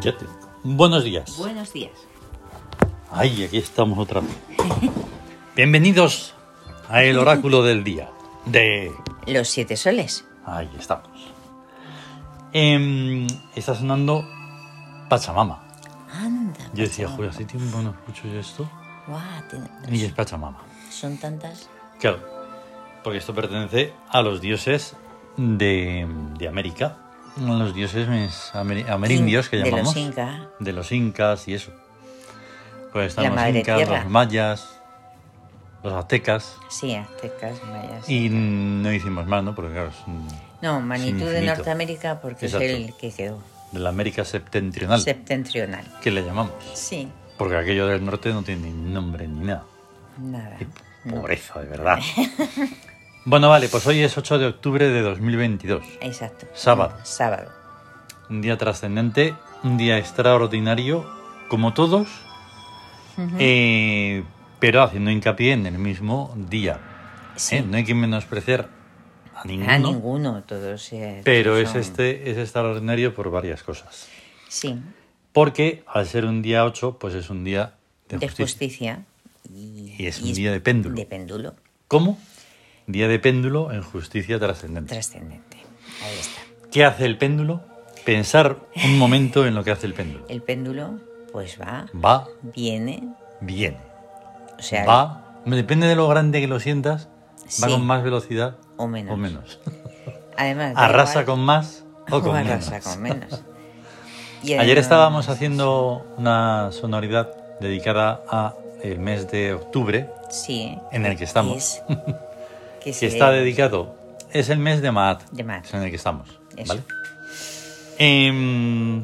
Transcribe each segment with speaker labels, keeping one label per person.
Speaker 1: Ya te- Buenos días.
Speaker 2: Buenos días.
Speaker 1: Ay, aquí estamos otra vez. Bienvenidos a el oráculo del día de...
Speaker 2: Los siete soles.
Speaker 1: Ahí estamos. Em, está sonando Pachamama.
Speaker 2: Anda.
Speaker 1: Yo decía,
Speaker 2: Pachamama.
Speaker 1: joder, hace tiempo no escucho yo esto.
Speaker 2: Guau, tiene-
Speaker 1: Y es Pachamama.
Speaker 2: Son tantas.
Speaker 1: Claro, porque esto pertenece a los dioses de, de América. A los dioses mes- ameri- amerindios que
Speaker 2: de
Speaker 1: llamamos.
Speaker 2: los Inca.
Speaker 1: De los incas y eso. Pues están
Speaker 2: La
Speaker 1: los
Speaker 2: madre
Speaker 1: incas,
Speaker 2: tierra.
Speaker 1: los mayas, los aztecas.
Speaker 2: Sí, aztecas, mayas.
Speaker 1: Y no hicimos más, ¿no? Porque claro, es un-
Speaker 2: no, magnitud de
Speaker 1: infinito.
Speaker 2: Norteamérica porque
Speaker 1: Exacto.
Speaker 2: es el que quedó.
Speaker 1: de la América septentrional,
Speaker 2: Septentrional.
Speaker 1: que le llamamos.
Speaker 2: Sí.
Speaker 1: Porque aquello del norte no tiene ni nombre ni nada.
Speaker 2: Nada.
Speaker 1: Qué pobreza, de verdad. bueno, vale, pues hoy es 8 de octubre de 2022.
Speaker 2: Exacto.
Speaker 1: Sábado.
Speaker 2: Sábado.
Speaker 1: Un día trascendente, un día extraordinario, como todos, eh, pero haciendo hincapié en el mismo día.
Speaker 2: Sí.
Speaker 1: ¿eh? No hay que menospreciar a ninguno,
Speaker 2: A ninguno, todos. eh,
Speaker 1: pero
Speaker 2: todos
Speaker 1: es,
Speaker 2: son-
Speaker 1: este, es extraordinario por varias cosas.
Speaker 2: Sí.
Speaker 1: Porque al ser un día 8, pues es un día de
Speaker 2: De
Speaker 1: justicia.
Speaker 2: justicia. Y,
Speaker 1: Y es un día de péndulo.
Speaker 2: De péndulo.
Speaker 1: ¿Cómo? Día de péndulo en justicia trascendente.
Speaker 2: Trascendente. Ahí está.
Speaker 1: ¿Qué hace el péndulo? Pensar un momento en lo que hace el péndulo.
Speaker 2: El péndulo, pues va,
Speaker 1: Va,
Speaker 2: viene,
Speaker 1: bien.
Speaker 2: o sea,
Speaker 1: Va, depende de lo grande que lo sientas, va
Speaker 2: Sí.
Speaker 1: con más velocidad
Speaker 2: O menos.
Speaker 1: O menos.
Speaker 2: Además, da
Speaker 1: Arrasa
Speaker 2: igual-
Speaker 1: con más o con menos.
Speaker 2: arrasa con menos. Y
Speaker 1: Ayer
Speaker 2: además-
Speaker 1: estábamos haciendo una sonoridad dedicada a el mes de octubre,
Speaker 2: sí,
Speaker 1: en el que estamos.
Speaker 2: que es- que
Speaker 1: que
Speaker 2: se-
Speaker 1: está dedicado. Es el mes de Maat,
Speaker 2: De Maat.
Speaker 1: es en el que estamos.
Speaker 2: Eso.
Speaker 1: ¿vale? Em,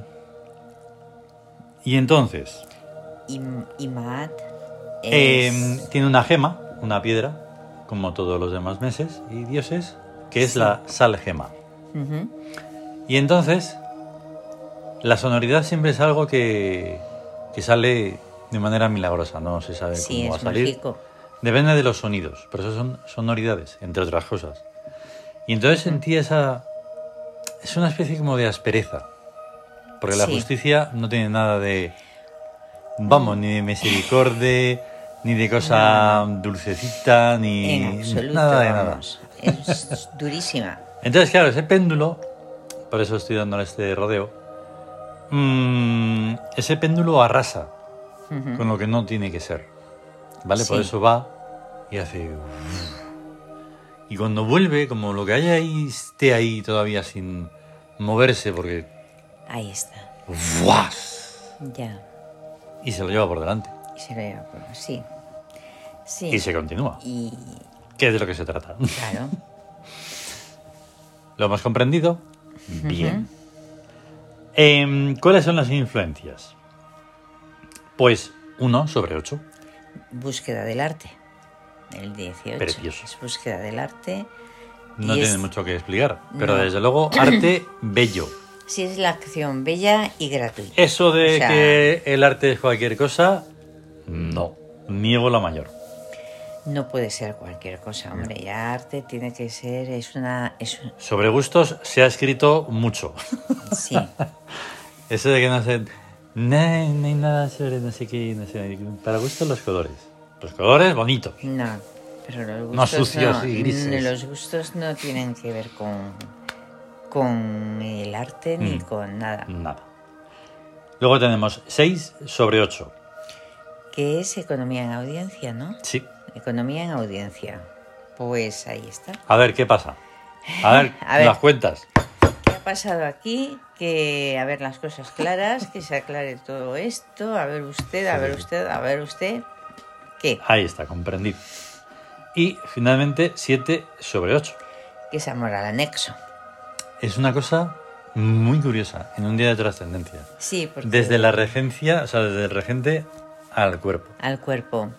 Speaker 1: y entonces,
Speaker 2: Y, y Maat es-
Speaker 1: em, tiene una gema, una piedra, como todos los demás meses y dioses, que es la sal gema.
Speaker 2: Ujú,
Speaker 1: Y entonces, la sonoridad siempre es algo que, que sale de manera milagrosa, no se sabe
Speaker 2: sí,
Speaker 1: cómo va a
Speaker 2: es
Speaker 1: salir.
Speaker 2: mágico.
Speaker 1: Depende de los sonidos, pero eso son sonoridades, entre otras cosas. Y entonces sentí esa... Es una especie como de aspereza, porque la
Speaker 2: Sí.
Speaker 1: justicia no tiene nada de... Vamos, ni de misericordia, ni de cosa dulcecita, ni
Speaker 2: En absoluto,
Speaker 1: nada de nada.
Speaker 2: vamos. Es durísima.
Speaker 1: Entonces, claro, ese péndulo, por eso estoy dándole este rodeo, mm, ese péndulo arrasa
Speaker 2: Ujú.
Speaker 1: con lo que no tiene que ser. ¿Vale? Por
Speaker 2: Sí.
Speaker 1: eso va y hace... uf. Y cuando vuelve, como lo que haya ahí esté ahí todavía sin moverse, porque...
Speaker 2: Ahí está.
Speaker 1: ¡fuas!
Speaker 2: Ya.
Speaker 1: Y se lo lleva por delante.
Speaker 2: Y se lo lleva por- Sí. Sí.
Speaker 1: Y se continúa.
Speaker 2: Y-
Speaker 1: ¿Qué es de lo que se trata?
Speaker 2: claro.
Speaker 1: ¿Lo hemos comprendido? Bien. Em, ¿Cuáles son las influencias? Pues 1 sobre 8.
Speaker 2: Búsqueda del arte. El 18.
Speaker 1: Precioso.
Speaker 2: Es búsqueda del arte.
Speaker 1: No
Speaker 2: Y
Speaker 1: tiene
Speaker 2: es-
Speaker 1: mucho que explicar, pero
Speaker 2: No.
Speaker 1: desde luego arte bello.
Speaker 2: Sí, es la acción bella y gratuita.
Speaker 1: Eso de
Speaker 2: O sea,
Speaker 1: que el arte es cualquier cosa, no, niego la mayor.
Speaker 2: No puede ser cualquier cosa, hombre. Ya arte tiene que ser. Es una. Es un-
Speaker 1: Sobre gustos se ha escrito mucho.
Speaker 2: sí,
Speaker 1: Eso de que no sé... No, no hay nada sobre no sé qué, no sé... Para gustos los colores. Los colores bonitos.
Speaker 2: no. Pero los gustos.
Speaker 1: No sucios
Speaker 2: no, mm,
Speaker 1: y grises.
Speaker 2: Los gustos no tienen que ver con. Con el arte ni
Speaker 1: Mm.
Speaker 2: con nada.
Speaker 1: Nada. Luego tenemos 6 sobre 8.
Speaker 2: Que es economía en audiencia, ¿no?
Speaker 1: Sí.
Speaker 2: Economía en audiencia. Pues ahí está.
Speaker 1: A ver, ¿qué pasa? A ver,
Speaker 2: A ver.
Speaker 1: las cuentas.
Speaker 2: ¿Qué ha pasado aquí? Que a ver las cosas claras, que se aclare todo esto. A ver usted, a ver usted, a ver usted. ¿Qué?
Speaker 1: Ahí está, comprendido. Y finalmente 7 sobre 8.
Speaker 2: Que es amor al anexo.
Speaker 1: Es una cosa muy curiosa en un día de trascendencia.
Speaker 2: Sí, porque
Speaker 1: Desde la regencia, o sea, desde el regente al cuerpo.
Speaker 2: al cuerpo.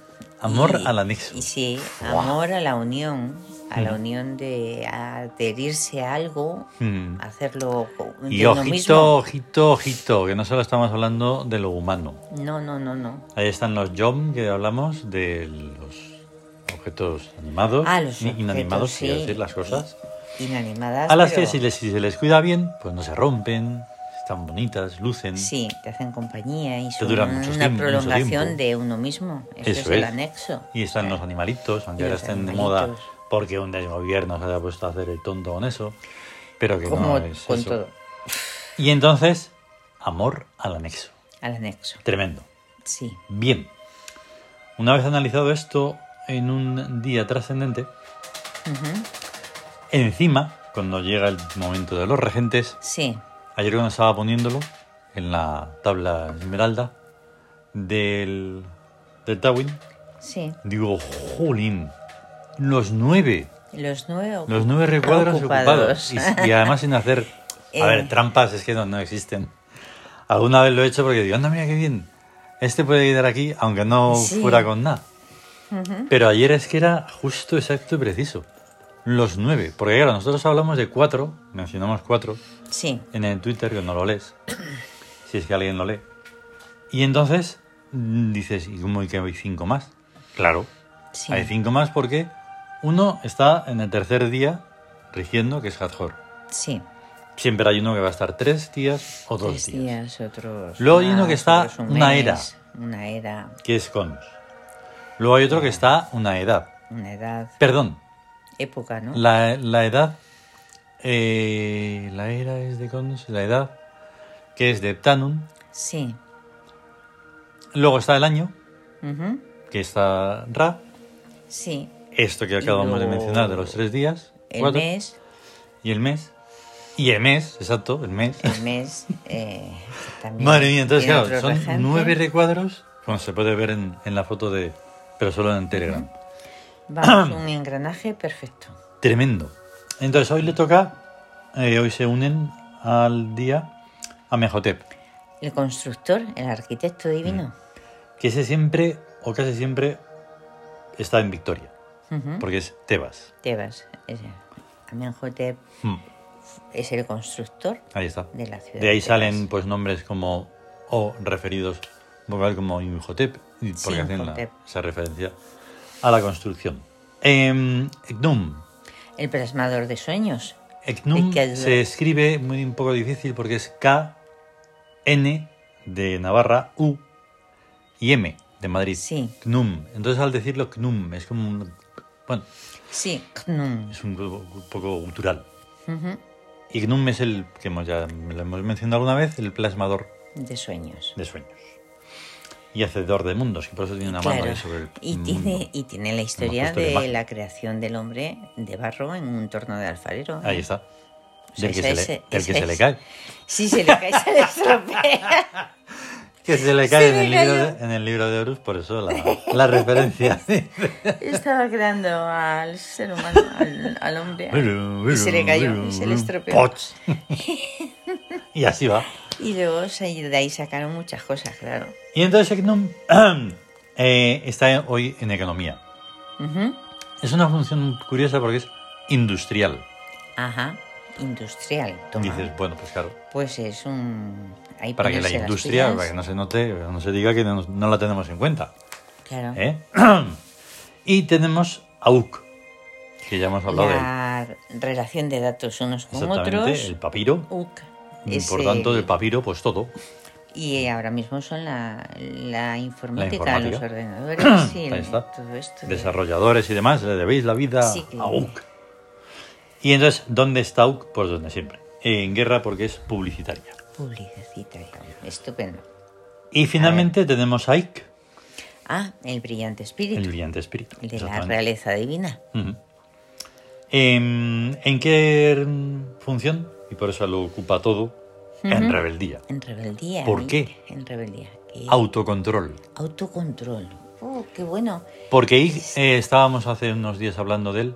Speaker 1: Amor
Speaker 2: Y-
Speaker 1: al anexo.
Speaker 2: Y sí,
Speaker 1: Fua.
Speaker 2: amor a la unión, a la
Speaker 1: Mm.
Speaker 2: unión de adherirse a algo,
Speaker 1: Mm.
Speaker 2: Ah, hacerlo co- de
Speaker 1: Y
Speaker 2: uno
Speaker 1: ojito,
Speaker 2: mismo.
Speaker 1: ojito, ojito, que no solo estamos hablando de lo humano.
Speaker 2: No, no, no, no.
Speaker 1: Ahí están los yom que hablamos de los objetos animados,
Speaker 2: Ah, los
Speaker 1: ni- inanimados,
Speaker 2: objetos,
Speaker 1: quiero
Speaker 2: sí.
Speaker 1: decir las cosas.
Speaker 2: Inanimadas.
Speaker 1: A las
Speaker 2: pero-
Speaker 1: que si les, si se les cuida bien, pues no se rompen, están bonitas, lucen.
Speaker 2: Sí, te hacen compañía y
Speaker 1: Te
Speaker 2: son
Speaker 1: duran
Speaker 2: una
Speaker 1: mucho tiempo, mucho
Speaker 2: prolongación
Speaker 1: tiempo.
Speaker 2: de uno mismo. Eso,
Speaker 1: Eso
Speaker 2: es el
Speaker 1: es.
Speaker 2: anexo.
Speaker 1: Y están los animalitos, aunque
Speaker 2: Y
Speaker 1: ahora
Speaker 2: los
Speaker 1: estén de
Speaker 2: animalitos.
Speaker 1: moda porque un desgobierno se haya puesto a hacer el tonto con eso. Pero que
Speaker 2: Como
Speaker 1: no es
Speaker 2: con
Speaker 1: eso.
Speaker 2: todo.
Speaker 1: Y entonces, amor al anexo.
Speaker 2: Al anexo.
Speaker 1: Tremendo.
Speaker 2: Sí.
Speaker 1: Bien. Una vez analizado esto en un día trascendente,
Speaker 2: Ujú.
Speaker 1: encima, cuando llega el momento de los regentes,
Speaker 2: Sí.
Speaker 1: ayer cuando estaba poniéndolo en la tabla esmeralda del, del Tawin,
Speaker 2: Sí.
Speaker 1: digo, jolín, los nueve,
Speaker 2: Los nueve.
Speaker 1: los nueve recuadros ocupados.
Speaker 2: Ocupados.
Speaker 1: Y, y además sin hacer, a
Speaker 2: Eh.
Speaker 1: ver, trampas, es que no, no existen. Alguna vez lo he hecho porque digo, anda, mira qué bien, este puede quedar aquí, aunque no
Speaker 2: Sí.
Speaker 1: fuera con nada.
Speaker 2: Ujú.
Speaker 1: Pero ayer es que era justo, exacto y preciso. Los nueve. Porque claro, nosotros hablamos de cuatro, mencionamos cuatro
Speaker 2: Sí.
Speaker 1: en el Twitter, que no lo lees. si es que alguien lo lee. Y entonces mm, dices, ¿y cómo que hay cinco más? Claro,
Speaker 2: Sí.
Speaker 1: hay cinco más porque uno está en el tercer día rigiendo, que es Hathor.
Speaker 2: Sí.
Speaker 1: Siempre hay uno que va a estar tres días o dos
Speaker 2: Tres
Speaker 1: días,
Speaker 2: días, otros.
Speaker 1: Luego hay uno
Speaker 2: más,
Speaker 1: que está
Speaker 2: otros un
Speaker 1: una
Speaker 2: mes,
Speaker 1: era.
Speaker 2: Una era,
Speaker 1: que es Conos. Luego hay otro que está una edad.
Speaker 2: una edad,
Speaker 1: Perdón,
Speaker 2: época, ¿no?
Speaker 1: La, la edad. eh, la era es de Condus, la edad. Que es de Heptanum.
Speaker 2: Sí.
Speaker 1: Luego está el año,
Speaker 2: Ujú.
Speaker 1: que está Ra.
Speaker 2: Sí.
Speaker 1: Esto que acabamos de
Speaker 2: luego
Speaker 1: mencionar de los tres días.
Speaker 2: El
Speaker 1: cuatro,
Speaker 2: mes,
Speaker 1: Y el mes. Y el mes, exacto, el mes.
Speaker 2: el mes. eh, también
Speaker 1: Madre mía, entonces
Speaker 2: tiene
Speaker 1: claro,
Speaker 2: otro
Speaker 1: son
Speaker 2: regente.
Speaker 1: nueve recuadros. Como se puede ver en, en la foto de. Pero solo en Telegram.
Speaker 2: Vamos, un engranaje perfecto.
Speaker 1: Tremendo. Entonces hoy le toca. eh, hoy se unen al día a Mejotep.
Speaker 2: El constructor, el arquitecto divino.
Speaker 1: que ese siempre o casi siempre está en victoria,
Speaker 2: Ujú.
Speaker 1: porque es Tebas.
Speaker 2: Tebas. ese. Amenhotep
Speaker 1: Hmm,
Speaker 2: es el constructor
Speaker 1: Ahí está.
Speaker 2: de la ciudad.
Speaker 1: De ahí
Speaker 2: Tebas.
Speaker 1: salen pues nombres como o referidos vocal como Imhotep, y
Speaker 2: Sí,
Speaker 1: porque hacen la-
Speaker 2: Imhotep.
Speaker 1: esa referencia a la construcción. Em, Eknum.
Speaker 2: El plasmador de sueños.
Speaker 1: Eknum
Speaker 2: Es que el-
Speaker 1: se escribe muy un poco difícil porque es K N de Navarra U y M de Madrid.
Speaker 2: Sí.
Speaker 1: Knum. Entonces al decirlo Knum es como un bueno,
Speaker 2: Sí. Knum.
Speaker 1: es un poco- poco cultural.
Speaker 2: Ujú.
Speaker 1: Ignum es el que hemos ya lo hemos mencionado alguna vez, el plasmador
Speaker 2: De sueños.
Speaker 1: de sueños. Y hacedor de mundos, que por eso tiene una mano ahí sobre el
Speaker 2: y
Speaker 1: mundo.
Speaker 2: tiene, y tiene la historia
Speaker 1: puesto la
Speaker 2: de
Speaker 1: imagen.
Speaker 2: la creación del hombre de barro en un torno de alfarero. ¿eh?
Speaker 1: Ahí está.
Speaker 2: sea,
Speaker 1: Del que,
Speaker 2: esa
Speaker 1: se
Speaker 2: es-
Speaker 1: le, del que
Speaker 2: esa
Speaker 1: se le
Speaker 2: es-
Speaker 1: cae.
Speaker 2: Sí, se le cae, se le estropea.
Speaker 1: Que se le cae en,
Speaker 2: le
Speaker 1: el libro,
Speaker 2: cayó.
Speaker 1: de- en el libro de Horus, por eso la, la referencia.
Speaker 2: Estaba creando al ser humano, al, al hombre. Y se le cayó, y se le estropeó.
Speaker 1: Poch. y así va.
Speaker 2: Y luego se- de ahí sacaron muchas cosas, claro.
Speaker 1: Y entonces Ignum eh, está hoy en economía.
Speaker 2: Ujú.
Speaker 1: Es una función curiosa porque es industrial.
Speaker 2: Ajá, industrial. Toma.
Speaker 1: Dices, bueno, pues claro.
Speaker 2: Pues es un. ahí
Speaker 1: para que la
Speaker 2: ponerse las
Speaker 1: industria,
Speaker 2: pilas.
Speaker 1: para que no se note, para que no se diga que no, no la tenemos en cuenta.
Speaker 2: Claro.
Speaker 1: ¿eh? y tenemos AUC, que ya hemos hablado
Speaker 2: La relación de datos unos
Speaker 1: de él.
Speaker 2: con
Speaker 1: Exactamente,
Speaker 2: otros.
Speaker 1: el papiro.
Speaker 2: UC.
Speaker 1: Y
Speaker 2: es
Speaker 1: por tanto,
Speaker 2: el-
Speaker 1: del papiro, pues todo.
Speaker 2: Y ahora mismo son la, la informática,
Speaker 1: La informática.
Speaker 2: los ordenadores, sí,
Speaker 1: Ahí está.
Speaker 2: todo esto. de-
Speaker 1: Desarrolladores y demás, le debéis la vida
Speaker 2: Sí, que-
Speaker 1: a AUC. Y entonces, ¿dónde está AUC? Pues donde siempre. En guerra porque es publicitaria.
Speaker 2: Publicita, y tal. estupendo.
Speaker 1: Y finalmente tenemos a Ike,
Speaker 2: Ah, el brillante
Speaker 1: el
Speaker 2: espíritu,
Speaker 1: brillante espíritu.
Speaker 2: el de la
Speaker 1: Exactamente.
Speaker 2: realeza divina.
Speaker 1: Ujú. Em, ¿En qué mm, función? Y por eso lo ocupa todo. En rebeldía.
Speaker 2: En rebeldía.
Speaker 1: ¿Por
Speaker 2: ¿eh?
Speaker 1: qué?
Speaker 2: En rebeldía. que-
Speaker 1: Autocontrol.
Speaker 2: Autocontrol. Oh, qué bueno.
Speaker 1: Porque ahí, eh, estábamos hace unos días hablando de él,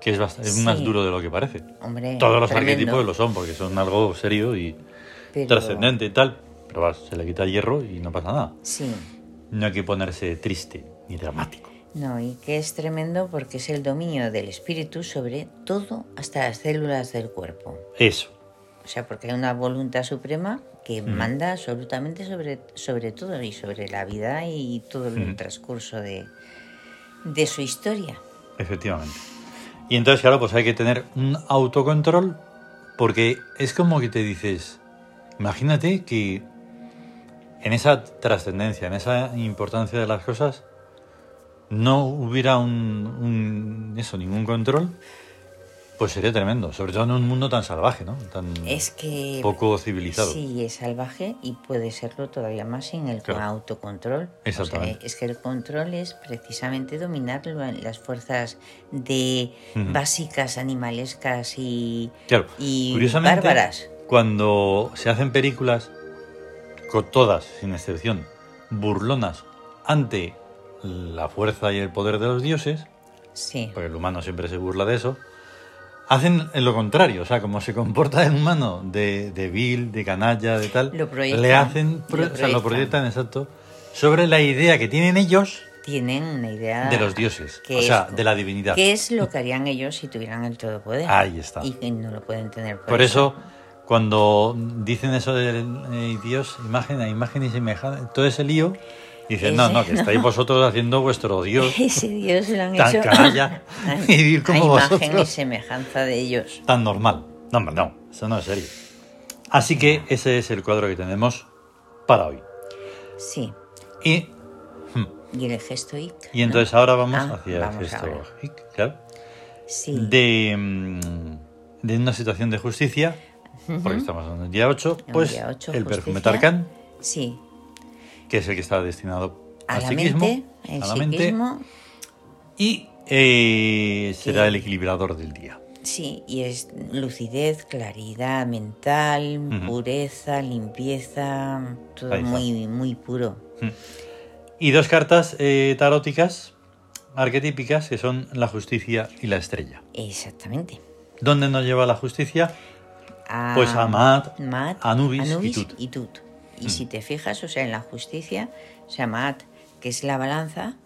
Speaker 1: que es, bast- es
Speaker 2: Sí.
Speaker 1: más duro de lo que parece.
Speaker 2: Hombre,
Speaker 1: Todos los
Speaker 2: tremendo,
Speaker 1: arquetipos lo son, porque son algo serio y
Speaker 2: pero-
Speaker 1: trascendente y tal. Pero vas, se le quita el hierro y no pasa nada.
Speaker 2: Sí.
Speaker 1: No hay que ponerse triste ni dramático.
Speaker 2: No, y que es tremendo porque es el dominio del espíritu sobre todo, hasta las células del cuerpo.
Speaker 1: Eso.
Speaker 2: O sea, porque hay una voluntad suprema que manda absolutamente sobre, sobre todo y sobre la vida y todo el transcurso de, de su historia.
Speaker 1: Efectivamente. Y entonces, claro, pues hay que tener un autocontrol porque es como que te dices, Imagínate que en esa trascendencia, en esa importancia de las cosas, no hubiera un, un- eso, ningún control, pues sería tremendo. Sobre todo en un mundo tan salvaje, ¿no? Tan
Speaker 2: Es que
Speaker 1: poco civilizado.
Speaker 2: Sí, es salvaje y puede serlo todavía más sin el
Speaker 1: Claro.
Speaker 2: autocontrol. O sea,
Speaker 1: Exactamente.
Speaker 2: es que el control es precisamente dominar lo- las fuerzas de
Speaker 1: Ujú.
Speaker 2: básicas, animalescas y,
Speaker 1: Claro.
Speaker 2: y
Speaker 1: Curiosamente,
Speaker 2: bárbaras.
Speaker 1: cuando se hacen películas, co- todas, sin excepción, burlonas ante la fuerza y el poder de los dioses,
Speaker 2: Sí,
Speaker 1: porque el humano siempre se burla de eso, hacen en lo contrario, o sea, como se comporta el humano de, de vil, de canalla, de tal,
Speaker 2: Lo proyectan,
Speaker 1: le hacen, pro-
Speaker 2: lo
Speaker 1: o sea, lo
Speaker 2: proyectan.
Speaker 1: proyectan exacto, sobre la idea que tienen ellos
Speaker 2: tienen una idea
Speaker 1: de los dioses,
Speaker 2: que
Speaker 1: o sea,
Speaker 2: es-
Speaker 1: de la divinidad.
Speaker 2: Ah, ¿Qué es lo que harían ellos si tuvieran el todo poder?
Speaker 1: Ahí está.
Speaker 2: Y que no lo pueden tener. Por,
Speaker 1: Por eso, cuando dicen eso de eh, Dios, imagen a imagen y semejanza, todo ese lío, dicen, no,
Speaker 2: Ese,
Speaker 1: no, que estáis vosotros haciendo vuestro Dios
Speaker 2: Ese Dios lo han
Speaker 1: Tan
Speaker 2: hecho
Speaker 1: canalla, vivir como
Speaker 2: a imagen y
Speaker 1: vosotros.
Speaker 2: semejanza de ellos.
Speaker 1: tan normal. No, hombre, no, eso no es serio. Así que ese es el cuadro que tenemos para hoy.
Speaker 2: Sí.
Speaker 1: Y,
Speaker 2: Y el gesto hic,
Speaker 1: y
Speaker 2: ¿no?
Speaker 1: entonces ahora vamos
Speaker 2: Ah,
Speaker 1: hacia
Speaker 2: vamos
Speaker 1: el gesto
Speaker 2: ahora.
Speaker 1: hic, claro,
Speaker 2: Sí.
Speaker 1: de, mm, de una situación de justicia, porque estamos en el día 8,
Speaker 2: En
Speaker 1: pues
Speaker 2: día ocho,
Speaker 1: el
Speaker 2: justicia.
Speaker 1: perfume Tarkan,
Speaker 2: Sí.
Speaker 1: que es el que está destinado
Speaker 2: A
Speaker 1: al
Speaker 2: la
Speaker 1: psiquismo,
Speaker 2: mente, el
Speaker 1: a la mente,
Speaker 2: psiquismo,
Speaker 1: y eh, será
Speaker 2: Que-
Speaker 1: el equilibrador del día.
Speaker 2: sí, y es lucidez, claridad mental,
Speaker 1: Ujú.
Speaker 2: pureza, limpieza, todo
Speaker 1: Ahí está.
Speaker 2: muy, muy puro.
Speaker 1: Y dos cartas eh, taróticas arquetípicas que son la justicia y la estrella.
Speaker 2: Exactamente. Ah,
Speaker 1: ¿Dónde nos lleva la justicia?
Speaker 2: A-
Speaker 1: Pues a Maat,
Speaker 2: Maat,
Speaker 1: Anubis Mm. y Tut.
Speaker 2: y Tut. Y si te fijas, o sea, en la justicia, o sea, Maat, que es la balanza,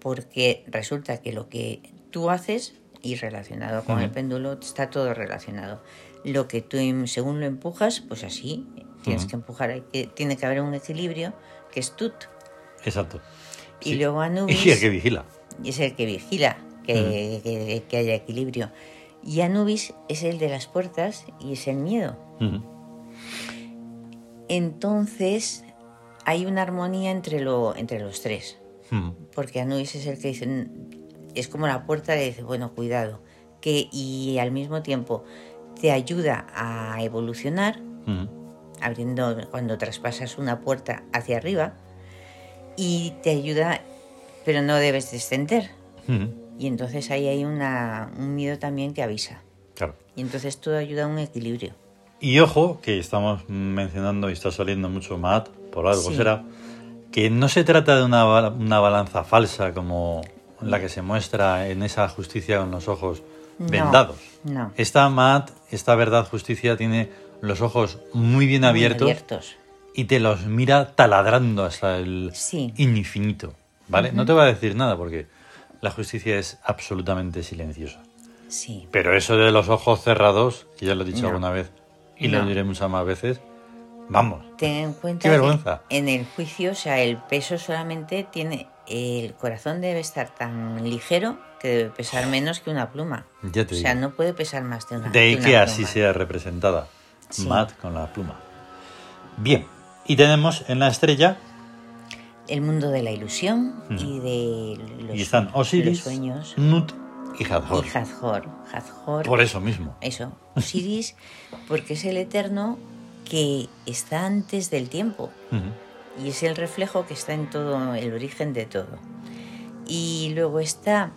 Speaker 2: porque resulta que lo que tú haces y relacionado con
Speaker 1: Ujú.
Speaker 2: el péndulo está todo relacionado. Lo que tú, em- según lo empujas, pues así tienes
Speaker 1: Ujú.
Speaker 2: que empujar, hay que, tiene que haber un equilibrio que es Tut.
Speaker 1: Exacto.
Speaker 2: Y luego Anubis
Speaker 1: Y el que vigila.
Speaker 2: es el que vigila que, que- que haya equilibrio. Y Anubis es el de las puertas y es el miedo.
Speaker 1: Ujú.
Speaker 2: Entonces hay una armonía entre, lo, entre los tres.
Speaker 1: Ujú.
Speaker 2: Porque Anubis es el que dice, "N- es como la puerta que dice, bueno, cuidado. Que, y al mismo tiempo te ayuda a evolucionar,
Speaker 1: Ujú.
Speaker 2: abriendo cuando traspasas una puerta hacia arriba, y te ayuda, pero no debes descender.
Speaker 1: Ujú.
Speaker 2: Y entonces ahí hay una, un miedo también que avisa.
Speaker 1: Claro.
Speaker 2: Y entonces todo ayuda a un equilibrio.
Speaker 1: Y ojo, que estamos mencionando y está saliendo mucho Maat, por algo
Speaker 2: Sí.
Speaker 1: será, que no se trata de una, bala- una balanza falsa como la que se muestra en esa justicia con los ojos
Speaker 2: No,
Speaker 1: vendados.
Speaker 2: no.
Speaker 1: Esta Maat, esta verdad justicia, tiene los ojos muy bien
Speaker 2: Muy
Speaker 1: abiertos
Speaker 2: abiertos.
Speaker 1: y te los mira taladrando hasta el
Speaker 2: Sí.
Speaker 1: infinito. ¿Vale? No te va a decir nada porque la justicia es absolutamente silenciosa.
Speaker 2: Sí.
Speaker 1: Pero eso de los ojos cerrados, que ya lo he dicho
Speaker 2: No.
Speaker 1: alguna vez y lo
Speaker 2: No.
Speaker 1: diré muchas más veces, vamos.
Speaker 2: Ten en cuenta
Speaker 1: Qué vergüenza.
Speaker 2: que en el juicio, o sea, el peso solamente tiene. El corazón debe estar tan ligero que debe pesar menos que una pluma.
Speaker 1: Ya te
Speaker 2: o sea,
Speaker 1: digo.
Speaker 2: no puede pesar más de una,
Speaker 1: De ahí
Speaker 2: que
Speaker 1: que
Speaker 2: una
Speaker 1: así
Speaker 2: pluma.
Speaker 1: sea representada.
Speaker 2: Sí.
Speaker 1: Matt con la pluma. Bien. Y tenemos en la estrella,
Speaker 2: El mundo de la ilusión y de los,
Speaker 1: Mm. y están
Speaker 2: los
Speaker 1: Osiris,
Speaker 2: sueños.
Speaker 1: Nut y Hathor.
Speaker 2: Y Eh. Hathor. Hathor.
Speaker 1: Por eso mismo.
Speaker 2: Eso, Osiris, porque es el eterno que está antes del tiempo
Speaker 1: Ujú.
Speaker 2: y es el reflejo que está en todo, el origen de todo. Y luego está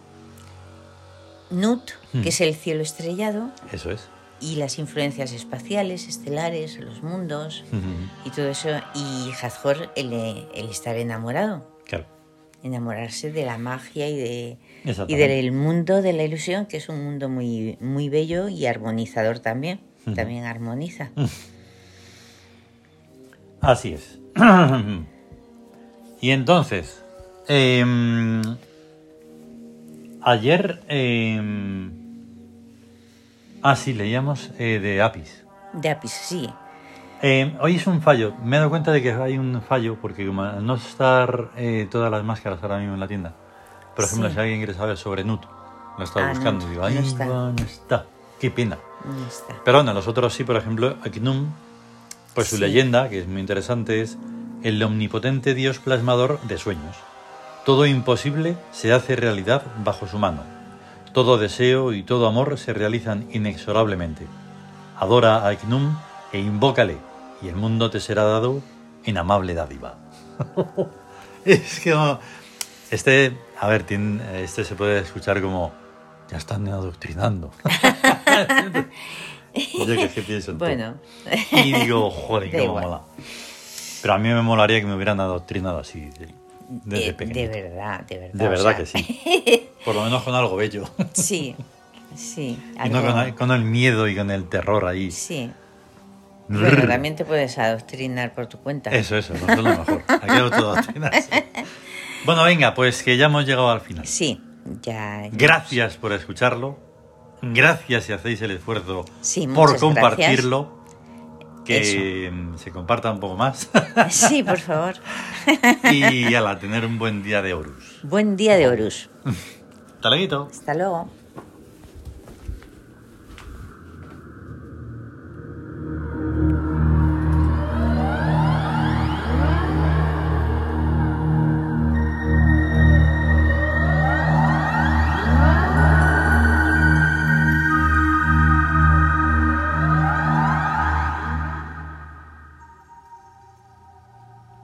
Speaker 2: Nut,
Speaker 1: Hmm.
Speaker 2: que es el cielo estrellado
Speaker 1: Eso es.
Speaker 2: y las influencias espaciales, estelares, los mundos
Speaker 1: Ujú.
Speaker 2: y todo eso. Y Hathor, el, el estar enamorado,
Speaker 1: Claro.
Speaker 2: enamorarse de la magia y de y
Speaker 1: Exactamente.
Speaker 2: del mundo de la ilusión, que es un mundo muy, muy bello y armonizador también.
Speaker 1: Ujú.
Speaker 2: También armoniza.
Speaker 1: Hmm. Así es. y entonces, em, ayer, em, ah, sí, leíamos eh, de Apis.
Speaker 2: De Apis, sí.
Speaker 1: Em, hoy es un fallo. Me he dado cuenta de que hay un fallo porque como al no estar eh, todas las máscaras ahora mismo en la tienda, por ejemplo,
Speaker 2: Sí.
Speaker 1: si alguien quiere saber sobre Nut, lo he estado
Speaker 2: Ah,
Speaker 1: buscando
Speaker 2: Nut,
Speaker 1: y digo,
Speaker 2: no
Speaker 1: ahí
Speaker 2: está".
Speaker 1: va, no está. Qué pena.
Speaker 2: Ya está.
Speaker 1: Pero bueno, los otros sí, por ejemplo, Aknum Pues su
Speaker 2: Sí.
Speaker 1: leyenda, que es muy interesante, es el omnipotente Dios plasmador de sueños. Todo imposible se hace realidad bajo su mano. Todo deseo y todo amor se realizan inexorablemente. Adora a Eknum e invócale, y el mundo te será dado en amable dádiva. es que no- este, a ver, tiene- este se puede escuchar como ya están adoctrinando. Yo que sé, pienso en tú.
Speaker 2: Bueno,
Speaker 1: Y digo, joder,
Speaker 2: Da
Speaker 1: qué
Speaker 2: igual.
Speaker 1: mola. Pero a mí me molaría que me hubieran adoctrinado así de- desde
Speaker 2: Eh, de,
Speaker 1: pequeño.
Speaker 2: de verdad, de verdad.
Speaker 1: De
Speaker 2: o
Speaker 1: verdad
Speaker 2: sea,
Speaker 1: que sí. Por lo menos con algo bello.
Speaker 2: Sí, sí.
Speaker 1: Y no
Speaker 2: algo-
Speaker 1: con, con el miedo y con el terror ahí.
Speaker 2: Sí.
Speaker 1: Brr.
Speaker 2: Bueno, también te puedes adoctrinar por tu cuenta.
Speaker 1: Eso, eso, no es lo mejor. Aquí no te adoctrinas. Bueno, venga, pues que ya hemos llegado al final.
Speaker 2: Sí, ya.
Speaker 1: Gracias por escucharlo. Gracias si hacéis el esfuerzo
Speaker 2: Sí,
Speaker 1: por
Speaker 2: muchas
Speaker 1: compartirlo. Que mm, se comparta un poco más.
Speaker 2: Sí, por favor.
Speaker 1: y ala, tener un buen día de Horus.
Speaker 2: Buen día de Horus.
Speaker 1: Hasta luego.
Speaker 2: Hasta luego.